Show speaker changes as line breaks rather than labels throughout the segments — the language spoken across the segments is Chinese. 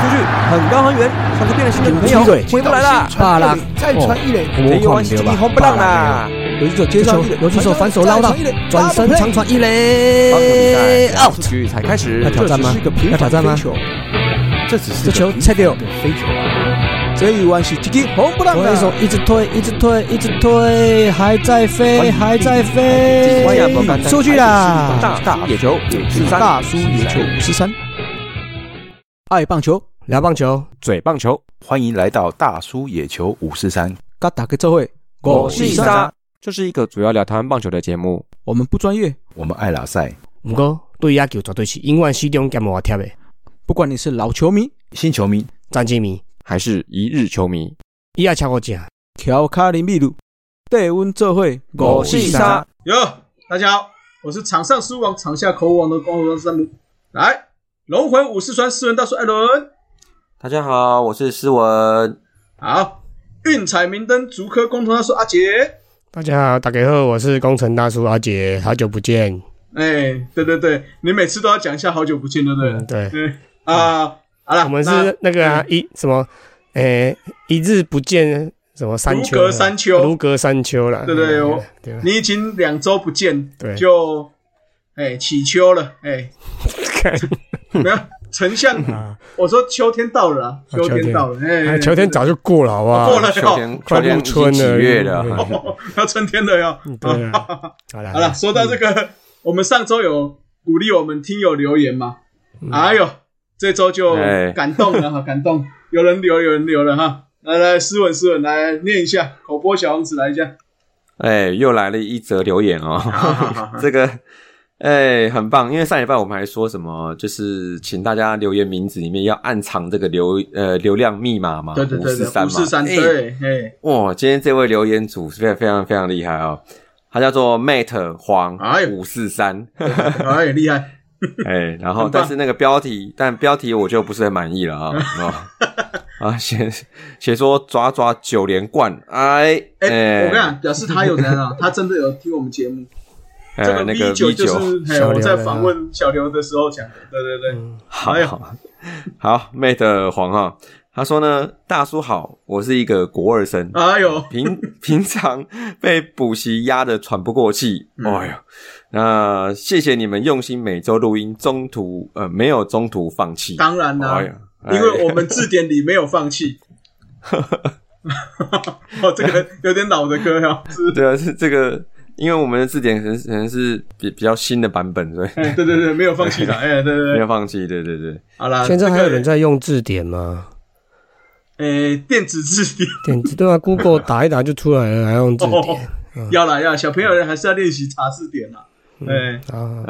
宇高航员，上次变了心的女朋友
踢腿
回不来了。
巴拉
再传一垒，
哦我
没有
靠
关
你
系，
没
这
有吧
地方不？让啊啦。
有一手接球，有一手反手捞到，转身长传一
棒球比
垒
赛
，out
出。局才开始
要。挑战
这
吗
只是一个平
要挑
凡
战吗
飞球，这只是
这球菜掉，
飞球啊！这一弯是吉吉红不让
啊
左一手
的，
一直推，一直推，一直推，还在飞，还在飞
今天不敢，再
出去啦！
大叔野球五四三，
大叔野球五十三，
爱棒球，聊棒球，
嘴棒球，
欢迎来到大叔野球五四三，
嘎打个这会，
我
我
是
是
伊
三，
莎，这是一个主要聊台湾棒球的节目。
我们不专业，
我们爱拉赛
毋过对野球绝对是永远始终兼无贴的。
不管你是老球迷、
新球迷，
詹金明，
还是一日球迷，
伊也超过正，
乔卡林秘鲁，对温这会，
我是伊莎，
哟，大家好，我是场上书王、场下口王的光头山姆。来，龙魂武士川四人大叔艾伦。
大家好，我是思文。
好，运彩明灯竹科光头大叔阿杰。
大家好，大家好，我是工程大叔阿杰，好久不见。
哎、对对对，你每次都要讲一下好久不见，对不对了？
对，
嗯啊，好了，
我们
那
是那个啊，一什么，诶，一日不见什么三秋啊，
如隔三秋
如隔三秋了。
对对对我
对
你已经两周不见，
对
就哎、起秋了，哎、
看
没有丞相，
啊，
我说秋天到了啊，
啊
秋天到了，哎、
啊秋天早就过了，好不好？
过了
秋
哟，
天，
快入
秋天已
春
经
了
几月了？
对
哦 要春天了哟。
对 啊，好了
好了，说到这个，我们上周有鼓励我们听友留言嘛？哎呦，这周就
哎
感动了哈，感动，有人留，有人留了哈。来来，斯文斯文，来念一下口播小王子来一下。
哎，又来了一则留言 哦。这个，哎，很棒，因为上礼拜我们还说什么，就是请大家留言名字里面要暗藏这个流呃流量密码嘛，
对对对对，
543
五
嘛，
四三，
哎
对， 哎，
哇，今天这位留言组非常非常非常厉害哦，他叫做 Mate 黄
哎呦
五四三，
哎，厉害，
哎，然后
很棒
但是那个标题，但标题我就不是很满意了 啊、啊啊，写写说抓抓九连冠，哎
哎，我跟你讲，表示他有怎样啊？他真的有听我们节目。这
呃那个
V 九
V
就
九，
是
小
哎，
刘
我在
的
访问小刘的时候讲的，对对对。
好
哎呦
好好，Mate 黄哈，他说呢，大叔好，我是一个国二生，
哎呦，
平 平常被补习压得喘不过气，
嗯
哎呦，那谢谢你们用心每周录音，中途呃没有中途放弃，
当然啦
哎呀，，哎
因为我们字典里没有放弃。哦，这个有点老的歌呀，是，
对啊，是这个，因为我们的字典可能可能是比比较新的版本，所以
哎，对对对，没有放弃的，哎，对对
没
对
有，放弃。对对对，
好啦，
现在还有人
这
在用字典吗？
个，哎，电子字典，哦
电子对啊，Google 打一打就出来了，还用字 典嗯
要啦要啦，小朋友还是要练习查字典啦，哎，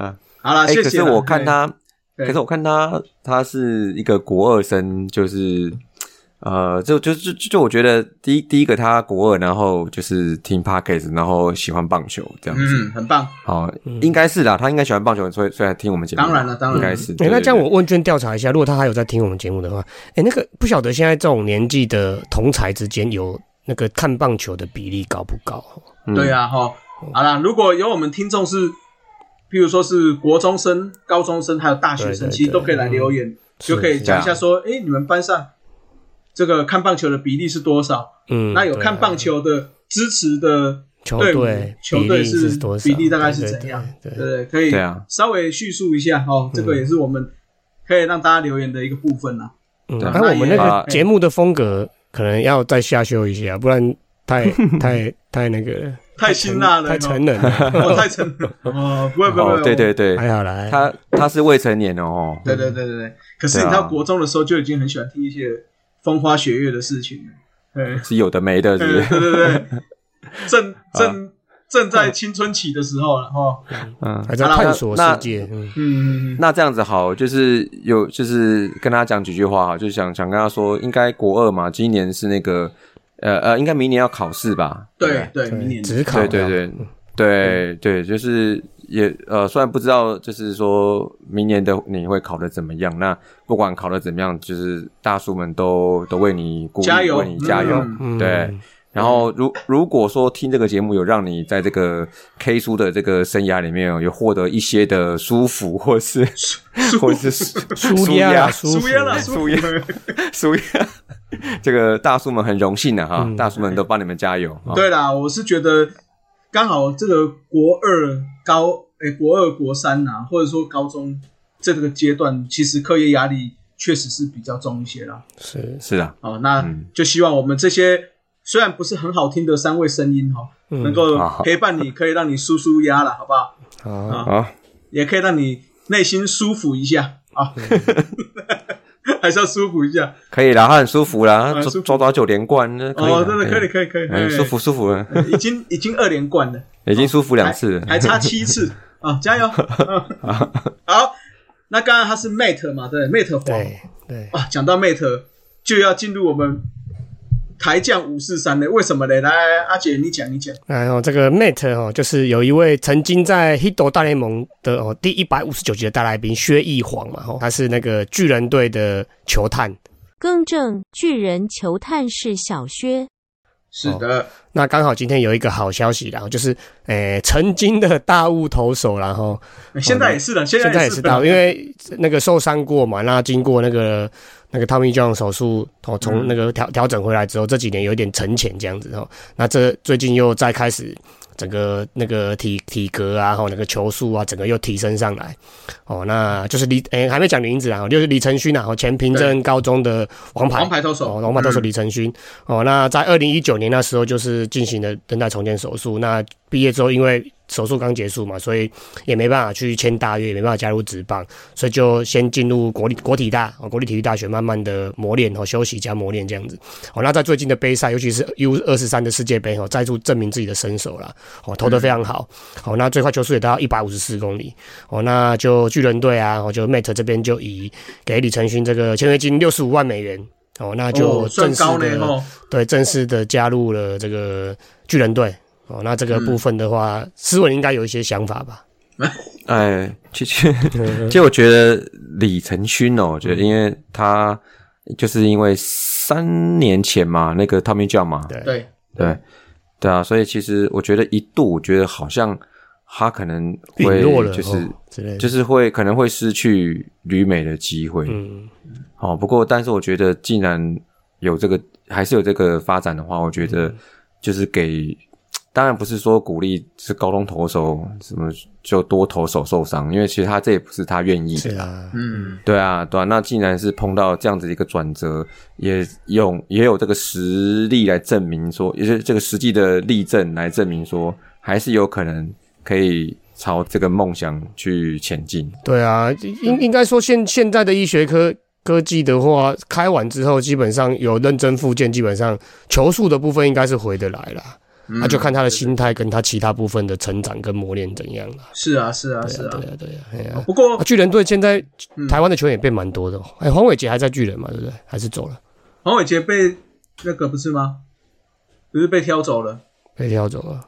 啊？
好啦，
哎、
谢
可
谢
是
啦。
我看他，
哎，
可是我看他，他是一个国二生，就是呃，就就就就我觉得第一第一个他国二，然后就是听 Pockets，然后喜欢棒球这样子。
嗯，很棒，
好，
嗯
应该是啦，他应该喜欢棒球，所以所以才听我们节目。
当然了当然
应该是。
哎、
对
那
对
这样
对
我问卷调查一下，如果他还有在听我们节目的话，哎、那个不晓得现在这种年纪的同才之间有那个看棒球的比例高不高？
嗯
对啊，哈，好啦，如果有我们听众是，譬如说是国中生、高中生，还有大学
对
生，
对
其实都可以来
对嗯
留言，
是
就可以讲一下说，哎，你们班上这个看棒球的比例是多少？
嗯，
那有
对啊
看棒球的支持的
球
队伍
队
球
比
队
例
是
多少？
比例大概是
对
怎样？
对
对
对
对，可以
对啊
稍微叙述一下哦，这个也是我们可以让大家留言的一个部分啦。
嗯，
对啊
那、我们那
那也
个节目的风格可能要再下修一下，不然太 太太那个了
太辛辣了，
太成人了，
哦，太沉了，哦，不会不会不
哦，
会，
对对对，
还好啦。
他他是未成年哦。
对对对对对。可是你
对啊
到国中的时候就已经很喜欢听一些风花雪月的事情了，对
是有啊的没的，是不
对
是？
对对对， 正正正在青春期的时候了哦，
嗯，
还在探索世界，嗯，
嗯嗯 嗯，
那这样子好，就是有就是跟他讲几句话哈，就是想想跟他说，应该国二嘛，今年是那个呃呃，应该明年要考试吧？
对对，明
对，
年
只考
对对对对对，就是也呃，虽然不知道就是说明年的你会考的怎么样，那不管考的怎么样，就是大叔们都都为你鼓励，
加油
为你加油，
嗯
嗯
对。然后如如果说听这个节目有让你在这个 K 书的这个生涯里面哦有获得一些的舒服，或是 或是舒
压啦
压
舒服
输烟了，
输
输
烟
烟，
舒压，这个大叔们很荣幸的哈
嗯，
大叔们都帮你们加油。啊
对啦，我是觉得刚好这个国二高，哎、国二国三呐、或者说高中这个阶段，其实课业压力确实是比较重一些啦。
是，
是啊，
哦，那
嗯
就希望我们这些虽然不是很好听的三位声音哈、哦，
嗯
能够
啊好
陪伴你，可以让你舒舒压了，好不好？
好，
好，
也可以让你内心舒服一下啊，
嗯
还是要舒服一下。
可以啦，他很舒服啦，
啊
他
舒服
抓抓抓九连冠，那可以啦
哦，真的可以，，可以，可以，
嗯，
哎
舒服，舒服了，
已经已经二连冠了。
已经舒服两次了
还，还差 七次啊，加油！嗯好，那刚刚他是 Mate 嘛，对，Mate 黄
对对，
啊，讲到 Mate 就要进入我们台将五四三了，为什么呢？来，阿姐你讲，你讲，
然后这个 Mate 哦，就是有一位曾经在 Hito 大联盟的哦第一百五十九集的大来宾薛义煌嘛，哦，他是那个巨人队的球探。
更正，巨人球探是小薛。
是的，
那刚好今天有一个好消息啦，然后哦就是，诶、曾经的大物投手啦，然哦后
现在也是的，现
现在也
是
知
的
道，因为那个受伤过嘛，那经过那个那个 Tommy John 手术，哦，从那个调调整回来之后，这几年有点沉潜这样子哦。那这最近又再开始整个那个体体格啊，后那个球速啊，整个又提升上来。哦，那就是李诶、还没讲名字啊，哦就是李承勋啊，哦前平镇高中的王牌
王牌投手
哦，王牌投手
嗯
李承勋。哦，那在二零一九年那时候就是进行了韧带重建手术，那毕业之后因为手术刚结束嘛，所以也没办法去签大约，也没办法加入职棒，所以就先进入国立国体大哦，国立体育大学慢慢的磨练哦，休息加磨练这样子。哦，那在最近的杯赛，尤其是 U 二十三的世界杯哦，再度证明自己的身手啦。哦，投得
嗯
非常好。哦，那最快球速也达到一百五十四公里。哦，那就巨人队啊，哦，就 Mate 这边就以给李承勋这个签约金六十五万美元。哦，那就
哦，算
正式
高呢
的、
哦，
对，正式的加入了这个巨人队。哦，那这个
嗯
部分的话，斯文应该有一些想法吧？
哎，其实
嗯
其实我觉得李承勋哦，我觉得因为他就是因为三年前嘛，那个 Tommy John 嘛，
对
对，
对对啊，所以其实我觉得一度我觉得好像他可能会
陨落了，
就是
哦、之类的，
就是会可能会失去旅美的机会，
嗯，
哦，不过但是我觉得，既然有这个，还是有这个发展的话，我觉
嗯
得就是给，当然不是说鼓励是高中投手什么就多投手受伤，因为其实他这也不是他愿意
是
的。
啊，
嗯，
对啊，对啊，那既然是碰到这样子的一个转折，也用也有这个实力来证明说，也就是这个实际的例证来证明说，还是有可能可以朝这个梦想去前进。
对啊，应应该说现现在的医学科科技的话，开完之后基本上有认真复健，基本上球速的部分应该是回得来啦。那、
嗯
就看他的心态跟他其他部分的成长跟磨练怎样了。
是啊，是啊，是
对啊，
啊
对。啊，对啊，哎呀、
不过
啊巨人队现在
嗯
台湾的球员也变蛮多的、哦，哎、黄伟杰还在巨人嘛，对不对？还是走了，
黄伟杰被那个不是吗？不是被挑走了，
被挑走了。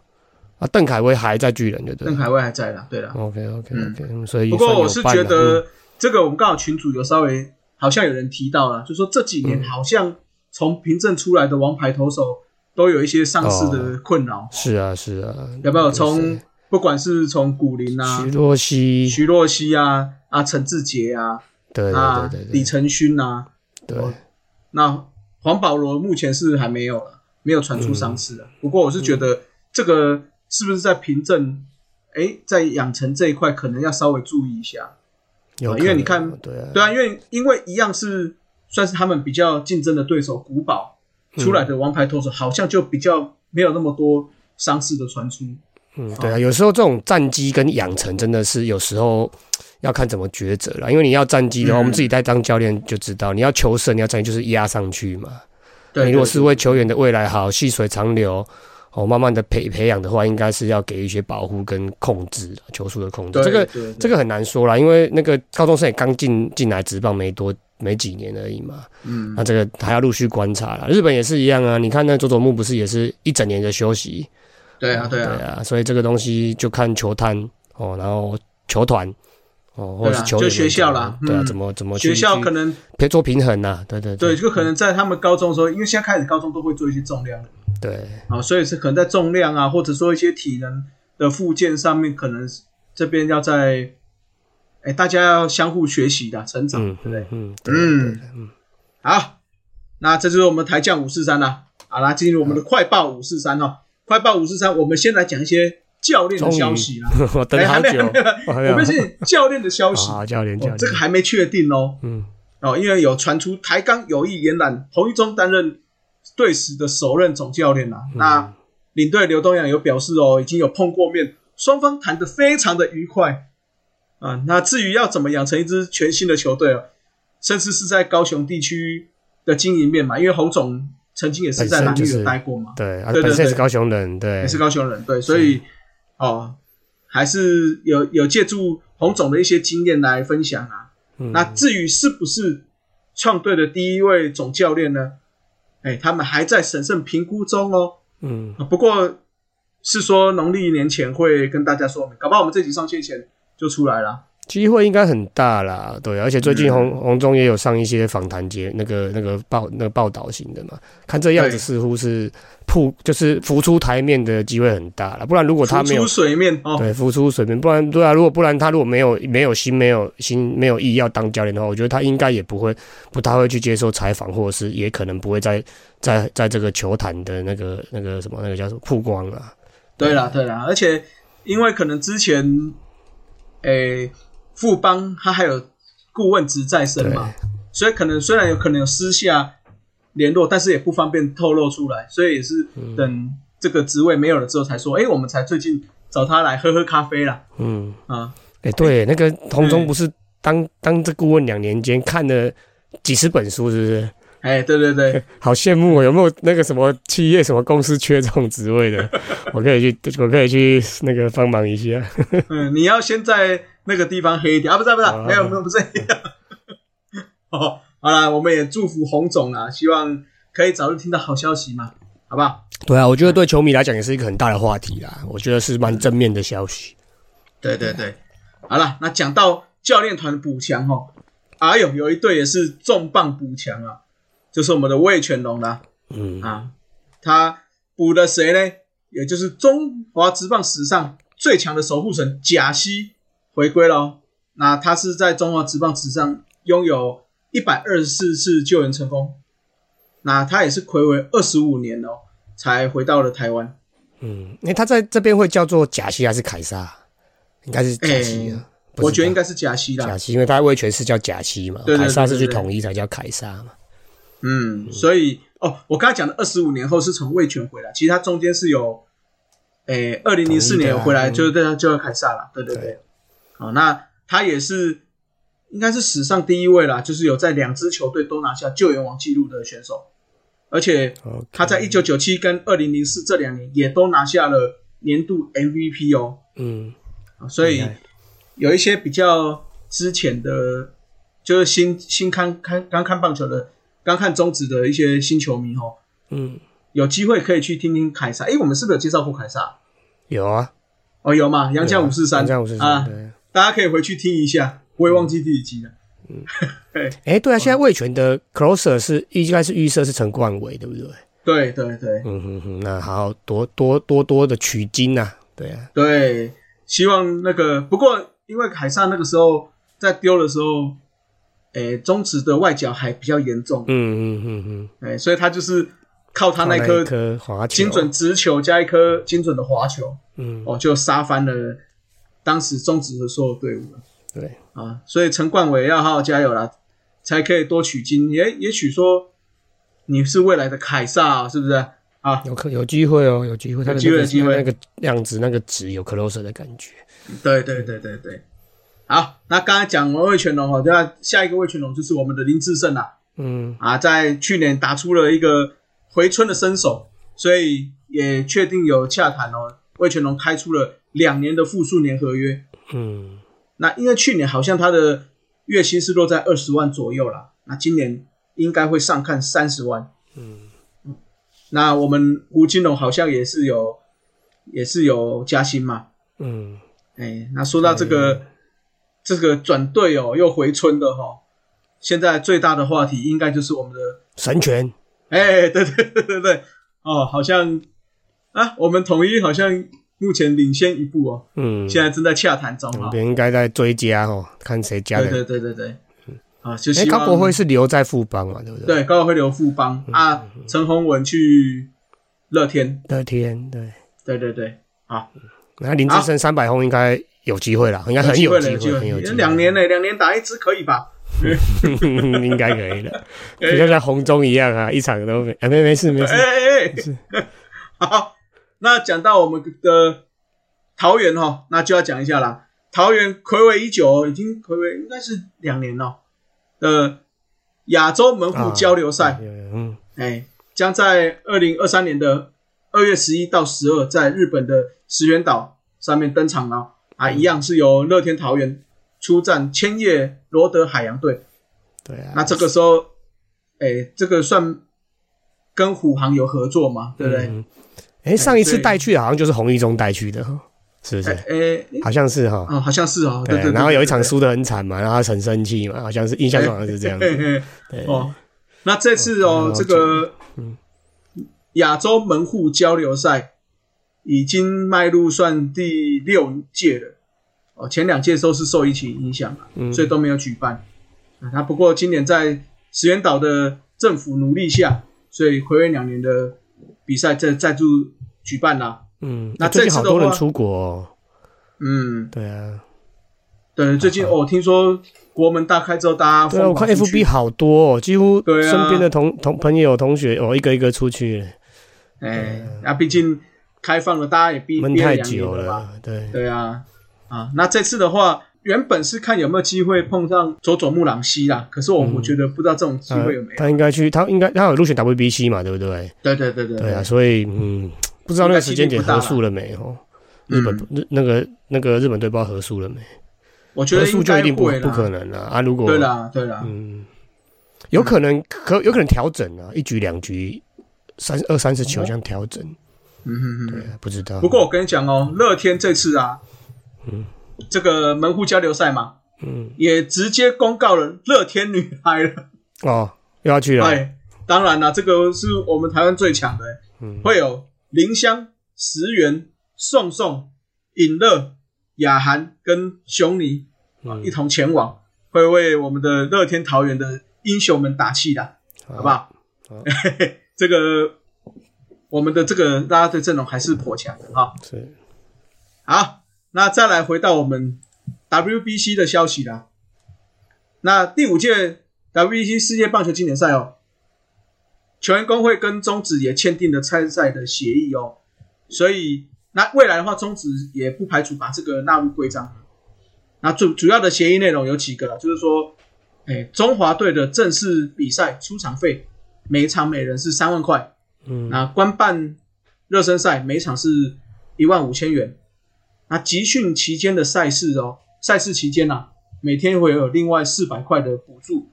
啊，邓凯威还在巨人，对不哦对
邓凯威还在啦，对啦。
？OK OK OK，、嗯、所以
不过我是
算有嗯伴
觉
啦
得这个，我们刚好群主有稍微好像有人提到了，就说这几年好像从凭证出来的王牌投手都有一些上市的困扰，
是啊是啊，
要不
就
要
是
从不管是从古林啊
徐、若曦？
徐若曦啊、啊陈志杰啊、
对对
啊
对对
李承勋啊，
对对
哦那黄保罗目前是还没有了，没有传出上市
嗯
的。不过我是觉得这个是不是在凭证，哎，在养成这一块可能要稍微注意一下。
有可能，
因为你看
对啊，
对啊，因为因为一样是算是他们比较竞争的对手，古堡
嗯
出来的王牌投手好像就比较没有那么多伤势的传出。
嗯，对啊，有时候这种战机跟养成真的是有时候要看怎么抉择了。因为你要战机的话，
嗯
我们自己在当教练就知道，你要求胜，你要战绩就是压上去嘛。
对，
你如果是
对
为球员的未来好，细水长流。哦，慢慢的培培养的话，应该是要给一些保护跟控制，球速的控制。
对
这个
对对
这个很难说啦，因为那个高中生也刚进进来职棒没多没几年而已嘛。
嗯
那这个还要陆续观察啦。日本也是一样啊，你看那佐佐木不是也是一整年的休息，
对啊，对
对
啊，
啊，所以这个东西就看球探哦，然后球团哦，或者是球员
啊就学校啦
对啊，
嗯
怎么怎么去
学校可能
别做平衡呐、对对
对，就可能在他们高中的时候，因为现在开始高中都会做一些重量，
对，
啊，所以是可能在重量啊，或者说一些体能的附件上面，可能是这边要在，哎，大家要相互学习的成长，
嗯
对不对？
嗯
嗯好，那这就是我们台将五四三啦。好啦，进入我们的快报五四三哦，快报五四三，我们先来讲一些教练的消息啦。
嗯，我 等
哎
好
还没
久
有，
我还
我们是教练的消息，
好教练教
哦
练，
这个还没确定哦。
嗯
哦，因为有传出台钢有意延揽洪一中担任队史的首任总教练啦、啊
嗯
那领队刘东阳有表示哦，已经有碰过面，双方谈得非常的愉快啊。那至于要怎么养成一支全新的球队哦，甚至是在高雄地区的经营面嘛，因为洪总曾经也是在
本
南
身
屿
就是
有待过嘛，
对，啊
对对
本身也是
对
高雄人，对
也，是高雄人，对，所以哦，还是有有借助洪总的一些经验来分享啊。
嗯
那至于是不是创队的第一位总教练呢？哎，他们还在审慎评估中哦。
嗯
啊不过是说农历年前会跟大家说明，搞不好我们这集上线前就出来了。
机会应该很大啦，对，啊而且最
嗯
近洪洪忠也有上一些访谈节那个那个报那个报道型的嘛，看这样子
对
似乎是曝就是浮出台面的机会很大了，不然如果他
浮
没有
出水面哦，
对，浮出水面，不然对啊，如果不然他如果没有没有心没有心没有意要当教练的话，我觉得他应该也不会不太会去接受采访，或者是也可能不会在在在这个球坛的那个那个什么那个叫什么曝光了。
对了对了，而且因为可能之前，哎，富邦他还有顾问职在身嘛，所以可能虽然有可能有私下联络，但是也不方便透露出来，所以也是等这个职位没有了之后才说，哎、我们才最近找他来喝喝咖啡啦，
嗯，
啊，
哎、对，那个洪忠
对
不是当当这顾问两年间看了几十本书，是不是？
哎、对对对，
好羡慕哦，有没有那个什么企业什么公司缺这种职位的？我可以去，我可以去那个帮忙一下。
嗯，你要先在那个地方黑一点啊，不是、啊、不是、
啊
啊，没有没有不是， 哦，好啦，我们也祝福洪总啊，希望可以早日听到好消息嘛，好不好？
对啊，我觉得对球迷来讲也是一个很大的话题啦，我觉得是蛮正面的消息。
对对对，好了，那讲到教练团补强哦，哎呦，有一队也是重磅补强啊，就是我们的魏全龙啦、
嗯，
啊，他补了谁呢？也就是中华职棒史上最强的守护神贾西回归了哦。那他是在中华职棒史上拥有一百二十四次救援成功，那他也是暌违二十五年哦，才回到了台湾。
嗯，那、他在这边会叫做贾西还是凯撒？应该是贾西
哎
啊，不知道
我觉得应该是贾西
贾
啦，
西，因为他威权是叫贾西嘛，
对对对
凯撒是去
对对对
统一才叫凯撒嘛。
嗯，所以哦，我刚才讲的二十五年后是从魏权回来，其实他中间是有，诶，二零零四年有回
同意的啊
来，
嗯
就是对他就是凯撒啦，对对对
对。
好、那他也是应该是史上第一位啦，就是有在两支球队都拿下救援王纪录的选手，而且
OK
他在一九九七跟二零零四这两年也都拿下了年度 MVP 哦，
嗯，
啊所以
厉害
有一些比较之前的，就是新新看看刚看棒球的，刚看中职的一些新球迷哦，
嗯，
有机会可以去听听凯撒。诶，我们是不是有介绍过凯撒？
有啊，
哦，有嘛，杨江五四三，
这样五四
啊
三，，对。嗯
大家可以回去听一下。我也忘记第几集了。
哎、对啊，现在卫权的 closer 是应该是预设是陈冠伟，对不对？
对对对，
嗯哼哼，那好好多多多多的取经啊，对啊，
对，希望那个不过因为凯撒那个时候在丢的时候，诶，中指的外角还比较严重，
嗯嗯嗯嗯，
诶，哎所以他就是靠他那
靠
颗
颗滑球
精准，直球加一颗精准的滑球，
嗯，
哦，就杀翻了当时中指的所有队伍了
对。
啊！所以陈冠伟要好好加油啦，才可以多取经。也也许说你是未来的凯撒、是不是啊？
有可有机会哦，有机会，他的
有机会有机会
那个样子，那个值有 closer 的感觉。
对对对对对。好，那刚才讲完魏全龙哦，那下一个魏全龙就是我们的林志胜啦、
嗯，
啊，在去年打出了一个回春的身手，所以也确定有洽谈哦。魏全龙开出了两年的复数年合约。
嗯，
那因为去年好像他的月薪是落在二十万左右啦，那今年应该会上看三十万。嗯那我们胡金龙好像也是有，也是有加薪嘛。
嗯，
哎，那说到这个、这个转队哦，又回春的哈、哦，现在最大的话题应该就是我们的
神权，
哎，对对对对对，哦，好像啊，我们统一好像目前领先一步哦，
嗯，
现在正在洽谈中
我
啊
们。应该在追加哦，看谁加
对对
的。
对对对，啊，就
哎，
希
高
望
国辉嗯是留在富邦嘛，对不对？
对高国辉留富邦啊，陈宏文去乐天，
乐天对，
对对对，
那林志胜三百轰应该有机会啦，应该很有
了，
机
有机
会，很
会
有
了，
机会。
两年呢，两年打一支可以吧？
应该可以 的，
可以
就像在红中一样啊，一场都没，啊没没事没事
哎，哎哎， 好，那讲到我们的桃园哦，那就要讲一下啦。桃园暌违已久，已经暌违应该是两年了。呃，亚洲门户交流赛，
啊嗯，
哎，将在二零二三年的二月十一到十二，在日本的石垣岛上面登场了啊，一样是由乐天桃园出战千叶罗德海洋队。
对啊，
那这个时候，哎、这个算跟虎航有合作嘛，对不对？
嗯？哎，上一次
对
带去的好像就是红一中带去的，是不
哎、
是？
诶
好像是哈，
啊，好像是哦，对对
然后有一场
输，
输的很惨嘛，然后他很生气嘛，好像是印象中好像是这样
嘿
子。
嘿，
对
哦，那这次哦，
哦
这个嗯亚洲门户交流赛已经迈入算第六届了，哦，前两届都是受疫情影响嘛，
嗯
所以都没有举办。啊，那不过今年在石原岛的政府努力下，所以回违两年的比赛再再度举办啦。
嗯，
哎那
最近
这次
好
的
多人
话
出国哦，
嗯，
对啊，
对，最近哦，听说国门大开之后，大家
对啊，我
疯
看
狂出去
FB 好多，哦，几乎
对啊
身边的同同朋友同学哦，一个一个出去了，
哎，那毕竟开放了，大家也憋
闷
憋
太
两年
久
了吧？
了，对，
对啊，啊，那这次的话，原本是看有没有机会碰上佐佐木朗希啦，可是我、
嗯
我觉得不知道这种机
他
会有没有。
啊嗯他应该去，他应该他有入选 WBC 嘛，对不对？
对对对对
对啊，所以嗯，不知道那个时间点合宿了没哦。日本不日那个那个日本队不知道合宿了没？
我觉
合
得
宿
应
就
该
一定不
会啦
不可。能了啊！如果
对啦嗯对啦，
嗯，有可能可有可能调整啊，一局两局三二三十球这样调整，
哦嗯哼
对
哼。
啊，不知道。
不过我跟你讲哦，乐天这次啊，这个门户交流赛嘛，
嗯
也直接公告了乐天女孩了。
哦，又要去了，
哎，当然啦，这个是我们台湾最强的、哎
嗯
会有林香、石原、宋宋、尹乐、雅涵跟熊尼
嗯
啊一同前往，会为我们的乐天桃园的英雄们打气的，
嗯
好不好？ 这个我们的这个大家队阵容还是颇强的哈。
是
好，那再来回到我们 WBC 的消息啦。那第五届 WBC 世界棒球经典赛哦，球员工会跟中职也签订了参赛的协议哦，所以那未来的话，中职也不排除把这个纳入规章。那主主要的协议内容有几个啦，就是说，哎，中华队的正式比赛出场费每场每人是三万块，
嗯
那官办热身赛每场是一万五千元。那集训期间的赛事哦，赛事期间呐、啊，每天会有另外四百块的补助，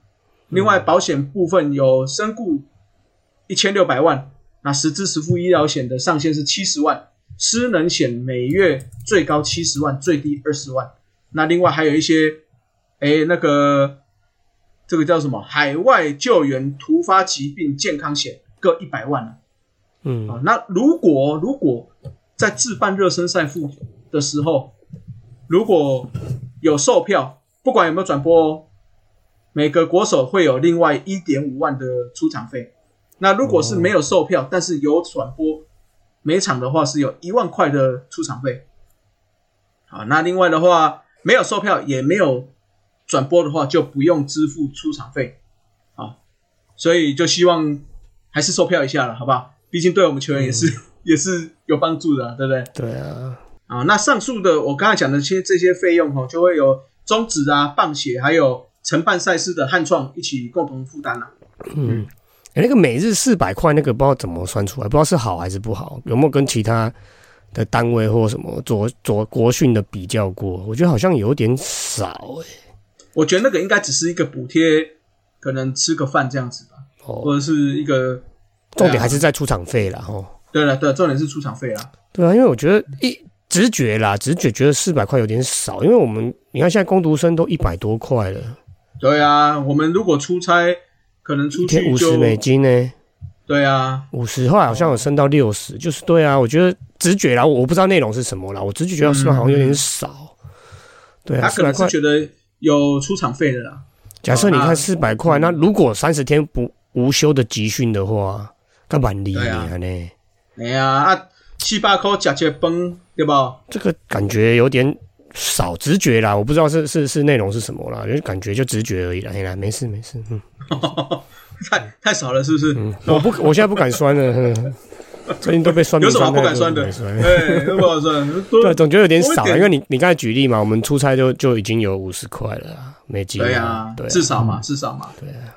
另外保险部分有身故一千六百万，那实支实付医疗险的上限是七十万，失能险每月最高七十万，最低二十万。那另外还有一些，哎，那个这个叫什么海外救援突发疾病健康险各一百万啊
嗯
啊，那如果如果在自办热身赛附的时候，如果有售票，不管有没有转播哦，每个国手会有另外一点五万的出场费。那如果是没有售票，但是有转播，每场的话是有一万块的出场费。好，那另外的话，没有售票也没有转播的话，就不用支付出场费。好，所以就希望还是售票一下了，好不好？毕竟对我们球员也是、
嗯
也是有帮助的啊、对不对？
对啊，
啊，那上述的我刚才讲的这些这些费用哦，就会由中职啊、棒协还有承办赛事的汉创一起共同负担啦、啊
嗯。哎，那个每日四百块，那个不知道怎么算出来，不知道是好还是不好，有没有跟其他的单位或什么做做国训的比较过？我觉得好像有点少哎、
我觉得那个应该只是一个补贴，可能吃个饭这样子吧，
哦，
或者是一个
重点还是在出场费啦，哦。
对了对了，重点是出场费啦。
对啊，因为我觉得一直觉啦，直觉觉得四百块有点少，因为我们你看现在工读生都一百多块了，
对啊，我们如果出差，可能出
一天
去
五十
就
美金呢、
对啊，
五十，后来好像有升到六十，就是对啊，我觉得直觉啦，我我不知道内容是什么啦，我直觉觉得是不是好像有点少？对啊，
嗯他
四
可
百
能是
块。
觉得有出场费的啦。
假设你
哦那
看四百块，那如果三十天不无休的集训的话，干嘛理你啊呢？
哎呀啊，七八块假借崩，对吧？
这个感觉有点少直觉啦，我不知道是是是内容是什么啦，就是感觉就直觉而已啦。哎呀，没事没事，嗯，
太太少了，是不是？
我不我现在不敢酸了，哼最近都被酸
哦有
民
什么好不敢
酸
酸
到
的？
不敢酸
哎，有什么好酸？
对，
多
总觉得有点少
多一
了，
点
因为你你刚才举例嘛，我们出差就就已经有五十块了啊，没几
对
啊
啊，，
对啊，
至少嘛，至少嘛。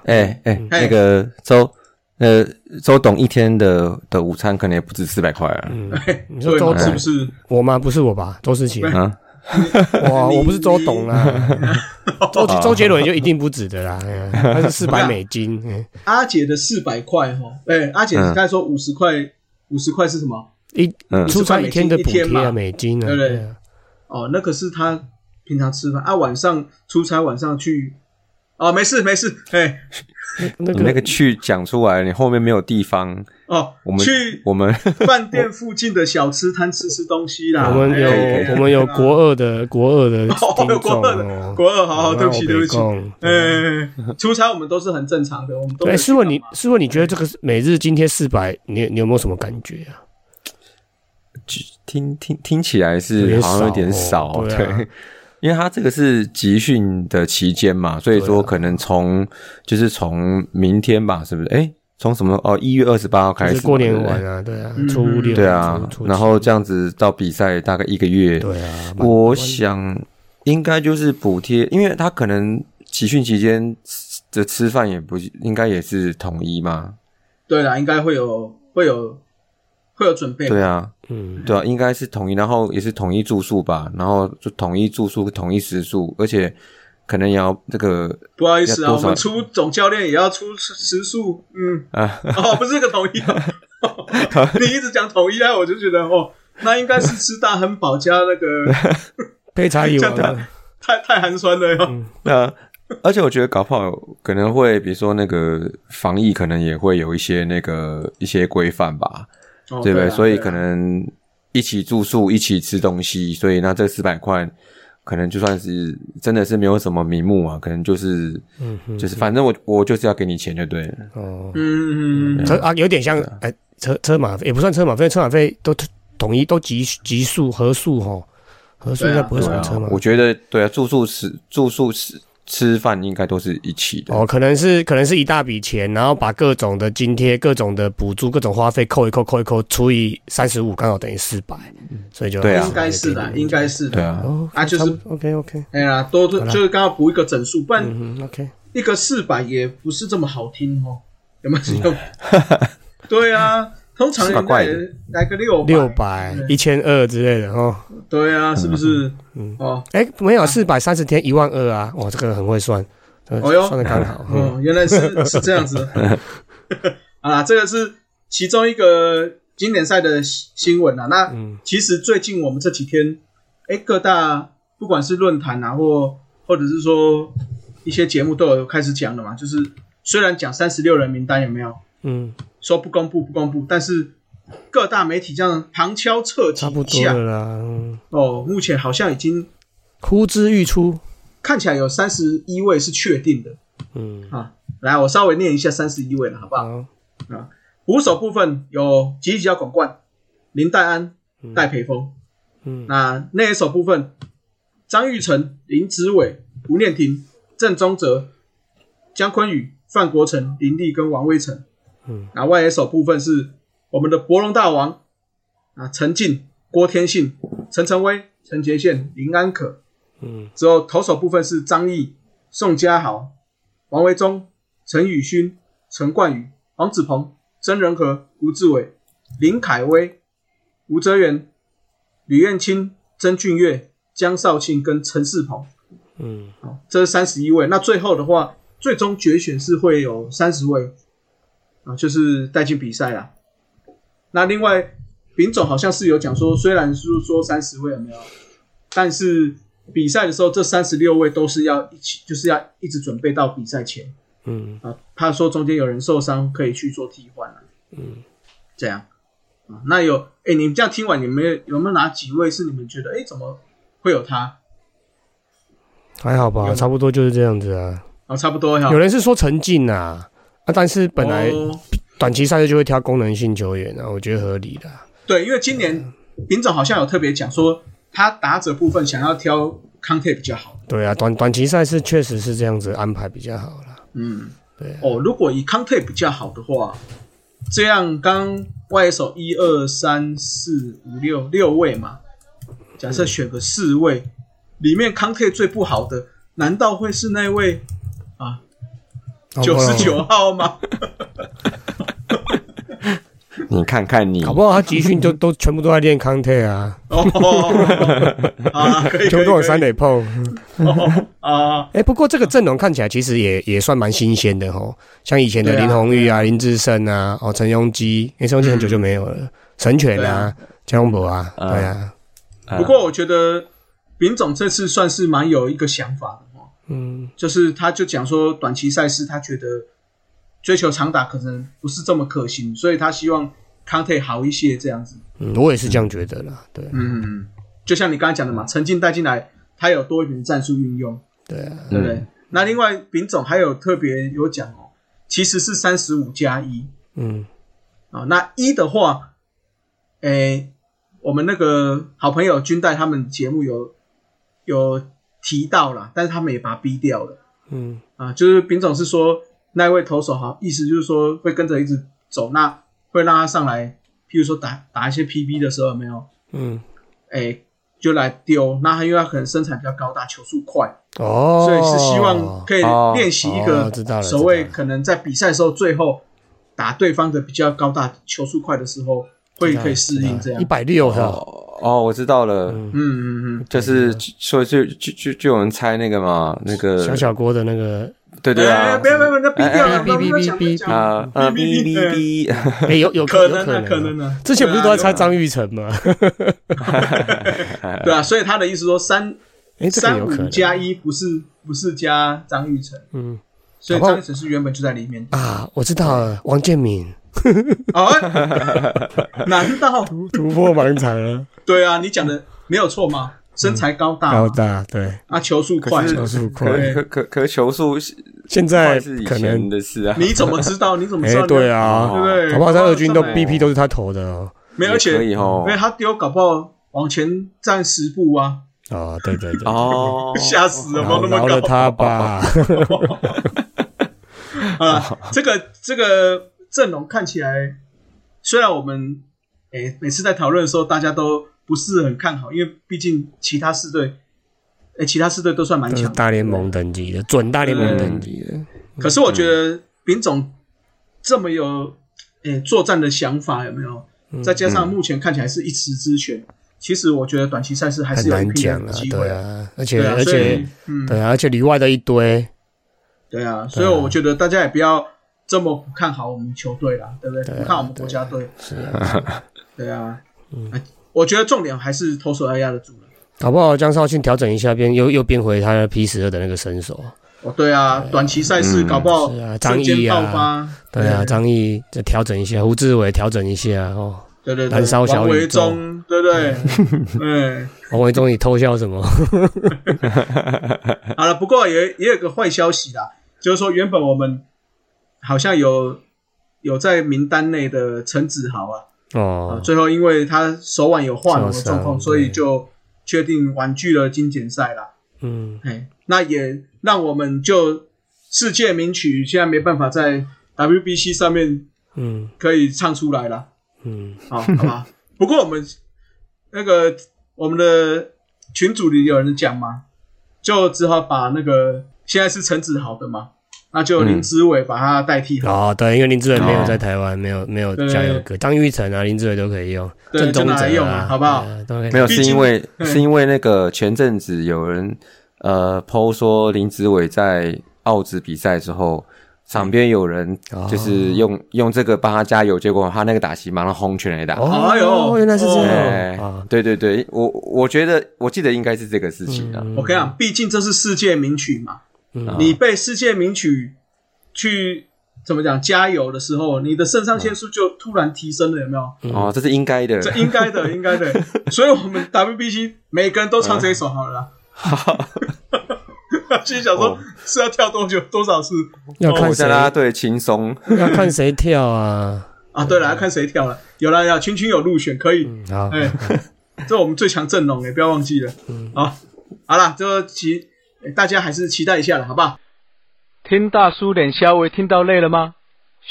哎哎，
嗯
嘿
那个周呃周董一天的的午餐可能也不止四百块啊。
嗯你说
对
周
嘛，是
董
不是？
我吗？不是我吧？周思琪，
啊，
哇，
你
我不是周董 啦，周
啊
周杰伦就一定不止的啦，哎呀他是四 百美金，嗯
阿姐的四百块哈，哎，阿姐
嗯
刚才说五十块，五十块是什么？
一
嗯
出差一天的补贴
一天
啊，
嘛
美金啊，
对不对
啊
哦，那个是她平常吃饭啊，晚上出差，晚上去。哦，没事没事，哎，
那
你那
个
个去讲出来，你后面没有地方，
哦，
我们
去
我们
饭店附近的小吃摊吃吃东西啦。
我们
哎哎哎
有我们有
啊
国二的国二的
哦，
听
有国
众
二
哦
的，国二，好好，
嗯
对不起，
那我
对不
北
起。
贡
哎，出差我们都是很正常的，我们都没
哎，
啊有
师傅
去
你
干嘛
师傅你觉得这个是每日津贴四百，你你有没有什么感觉啊？
听听听起来
有
是
点
好像有点
少
少，
哦对
对
啊。
因为他这个是集训的期间嘛，所以
对
说
啊
可能从就是从明天吧，是不是？哎，从什么？哦，一月二十八号开
就
始嘛，
是过年
对不对
玩啊，对啊，
嗯
初六
对啊
初初，七
然后这样子到比赛大概一个月，
对啊，
我
蛮
想应该就是补贴，因为他可能集训期间吃的吃饭也不应该也是统一嘛，
对啦，应该会有会有会有准备。
对啊，
嗯，
对啊，应该是统一，然后也是统一住宿吧，然后就统一住宿、统一食宿，而且可能也要这个
不好意思
要
啊，
多
我
少
们出总教练也要出时时速，嗯，
啊，
哦，不是这个统一 哦，你一直讲统一啊，我就觉得哦，那应该是吃大汉堡加那 个
配茶油
像他太太寒酸了哟。
嗯
那啊而且我觉得搞不好可能会，比如说那个防疫，可能也会有一些那个一些规范吧，
哦
对不对？
啊
所以
啊
可能一起住宿，一起吃东西，所以那这四百块。可能就算是真的是没有什么名目啊，可能就是，
嗯哼
就是反正我我就是要给你钱就对了，
哦，
嗯，嗯嗯
车啊有点像哎车车马费也不算车马费，车马费都统一都集集数合数吼，合数应该不会
对
算
啊
车马，
我觉得对啊，住宿吃住宿吃吃饭应该都是一起的，
哦，可能是可能是一大笔钱，然后把各种的津贴、各种的补助、各种花费扣一扣、扣一扣，除以三十五，刚好等于四百，所以就
对啊
应该是的，应该是
对
的。
啊，
哦
啊就是
差不多 OK OK，
哎呀，多多
好啦
就是刚刚补一个整数，不然
嗯哼 OK，
一个四百也不是这么好听哦，有没有？有 对啊，通常
400
人家
嗯块
也来个六
六百、
嗯
一千二之类的哦。
对啊，是不是？哦，
哎，没有四百三十天一万二啊！哇，这个很会算，呃
哦哟
算的刚 好。嗯
哦，原来是是这样子。啊，这个是其中一个经典赛的新新闻啊。那
嗯
其实最近我们这几天，哎，各大不管是论坛啊，或或者是说一些节目都有开始讲了嘛，就是虽然讲三十六人名单有没有
嗯，
说不公布不公布，但是各大媒体这样旁敲侧击
差不
一
多了
下
啦。嗯
哦，目前好像已经
呼之欲出。
看起来有三十一位是确定的。
嗯，
啊，来，我稍微念一下三十一位了，好不好？
好，
捕手部分有吉吉要广冠、林黛安、戴培峰。
嗯
那内野手部分，张玉成、林子伟、吴念婷、郑宗哲、姜坤宇、范国成、林立跟王威成。
嗯，
那外野手部分是我们的博龙大王啊，陈进、郭天信、陈晨威、陈杰宪、林安可。
嗯
之后投手部分是张毅、宋家豪、王维忠、陈宇勋、陈冠宇、黄子鹏、曾仁和、吴志伟、林凯威、吴哲源、吕彦青、曾俊岳、江少庆跟陈世鹏，
嗯，
哦，这是三十一位。那最后的话，最终决选是会有三十位啊，就是带进比赛啦。那另外，丙总好像是有讲说，虽然是说三十位有没有，但是比赛的时候，这三十六位都是要一起，就是要一直准备到比赛前
嗯
啊。他说中间有人受伤，可以去做替换啊这样啊，那有哎，你们这样听完有没有有没有哪几位是你们觉得哎怎么会有他
还好吧，差不多就是这样子啊。
啊？差不多哈
有，人是说陈进啊，啊，但是本来
哦
短期赛事就会挑功能性球员啊，我觉得合理的啊。
对，因为今
嗯
年林总好像有特别讲说，他打者部分想要挑康泰比较好。
对啊，短短期赛事确实是这样子安排比较好啦。
嗯，
对啊
哦，如果以康泰比较好的话，这样刚外野手一二三四五六六位嘛，假设选个四位，里面康泰最不好的，难道会是那位
哦
九十九号吗？
你看看你
搞，不好他集训就 都全部都在练康泰啊，
哦， 好啦，可以，
全部都有三
垒
垒碰。
啊，
哎、不过这个阵容看起来其实也也算蛮新鲜的吼，像以前的
对啊
林红玉啊、林志胜啊、哦陈庸基，因为陈庸基很久就没有了，神犬
嗯对
啊
啊、
江宏博啊，
嗯
对啊，
呃
不过我觉得林总这次算是蛮有一个想法的哦，
嗯，
就是他就讲说，短期赛事他觉得追求长打可能不是这么可行，所以他希望康泰好一些这样子。
嗯我也是这样觉得啦，对
嗯，就像你刚才讲的嘛，陈进带进来，他有多一点战术运用，
对啊，
对不对？那另外丙总还有特别有讲哦，其实是三十五加一
嗯
啊。那一的话，诶，我们那个好朋友军代他们节目有有提到了，但是他们也把他逼掉了。
嗯
啊，就是丙总是说那一位投手哈，意思就是说会跟着一直走，那会让他上来，譬如说打打一些 PB 的时候有没有，
嗯，
哎，就来丢。那他因为他可能身材比较高大，球速快，
哦，
所以是希望可以
哦
练习一
哦
个
知道了
所谓
知道了
可能在比赛的时候最后打对方的比较高大、球速快的时候，会可以适应这样
一。百六哈，
哦哦，我知道了，
嗯，
嗯嗯嗯，
就是说就就就就有人猜那个嘛，那个
小小郭的那个，
对对
哎
啊，
不要不要，不要那逼掉
哎哎
了，不要不要讲不要
哎
讲，
啊啊哔哔哔，
哎、有有有
可能
可
啊，可
能
能
啊。
啊，
之前不是都在
对啊
猜张玉成吗？
对啊，所以他的意思说三
哎、这个
三
有可
五
能。
加一不是不是加张玉成，
嗯
所以
搞不好
张玉成是原本就在里面的。
啊，我知道了，王建民
啊，哎 难道
突破盲场了，
对啊？你讲的没有错吗？身材高大
高
嘛
大对，
啊，球速快
可是
嗯
嘛，
球速快。
可可可可球速是
现在
是以
可
前
能
的哦事啊，
你怎么知道？你怎么
哎
知道？
对，啊，
对不对？
搞不好在二军都
上来
BP 都是他投的哦。
没有，而
也可
且
以哦
因为，他丢，搞不好往前站十步啊，
哦，对对对，
哦
吓死了，没
饶
有那
饶
么
了
高
他吧。哦
啊！这个这个阵容看起来，虽然我们诶每次在讨论的时候，大家都不是很看好，因为毕竟其他四队，诶其他四队都算蛮
都是
强的
大联盟等级的，准大联盟等级的。
可是我觉得丙总这么有诶、作战的想法，有没有？
嗯
再加上目前看起来是一池之选，其实我觉得短期赛事还
很
是有一
难
批
讲
人
啊，
有机会
对。啊，而且
对啊，
而
所
且
以嗯，
对啊，而且里外的一堆，
对啊，所以我觉得大家也不要这么不看好我们球队啦，对不对？
对啊
不看我们国家队，
是啊，
对啊。
嗯
哎我觉得重点还是投手要压得住了。
搞不好江少庆调整一下，变又又变回他的 P 十二的那个身手。
哦，对啊，短期赛事
嗯
搞不好
是啊张
瞬
毅
间
啊
爆发，
对啊，张毅再调整一下，胡志伟调整一下哦。
对对对，
燃烧小
王
宇
维
宙
忠，对不对？ 嗯，
王维忠，你偷笑什么？
好了，不过也也有个坏消息啦，就是说原本我们好像有有在名单内的陈子豪啊，啊，
哦，
最后因为他手腕有化脓的
受伤
状况，所以
对
就确定婉拒了金检赛啦。
嗯，
哎，那也让我们就世界名曲现在没办法在 WBC 上面
嗯
可以唱出来了，
嗯，
好，好吧？不过我们那个我们的群组里有人讲嘛，就只好把那个现在是陈子豪的嘛，那就林志伟把他代替好，
哦，对，因为林志伟没有在台湾，没有没有
对
加油歌，张玉成啊，林志伟都可以用，
对
郑
就
宗
拿来
哲
用
啊，
啊好不好
对啊？都可以
没有，
毕
是
竟
因为
嗯
是因为那个前阵子有人呃剖说林子伟在澳职比赛之后，场边有人
哦
就是用、用这个帮他加油，结果他那个打席马上轰全垒打。
哦，
哎呦哦
原来是这
哎
样啊，
对对对，我我觉得我记得应该是这个事情
嗯
啊。
我跟你讲，毕竟这是世界名曲嘛，
嗯
你被世界名曲去怎么讲加油的时候，你的肾上腺素就突然提升了，有没有？
嗯
哦，这是应该的。
这应该的，应该的。所以我们 WBC 每个人都唱这一首好了啦。心想说
哦
是要跳多久多少次
要
哦
我
看谁
在啦啦队轻松，
要看谁跳啊？
啊？对了，要看谁跳了。有了，有啦群群有入选，可以。
嗯
好，
哎、这我们最强阵容哎，不要忘记了。好，好啦，就期哎大家还是期待一下了，好不好？
听大叔脸稍微听到累了吗？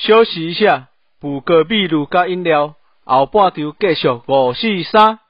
休息一下，补个秘鲁加饮料，后半场继续五四三。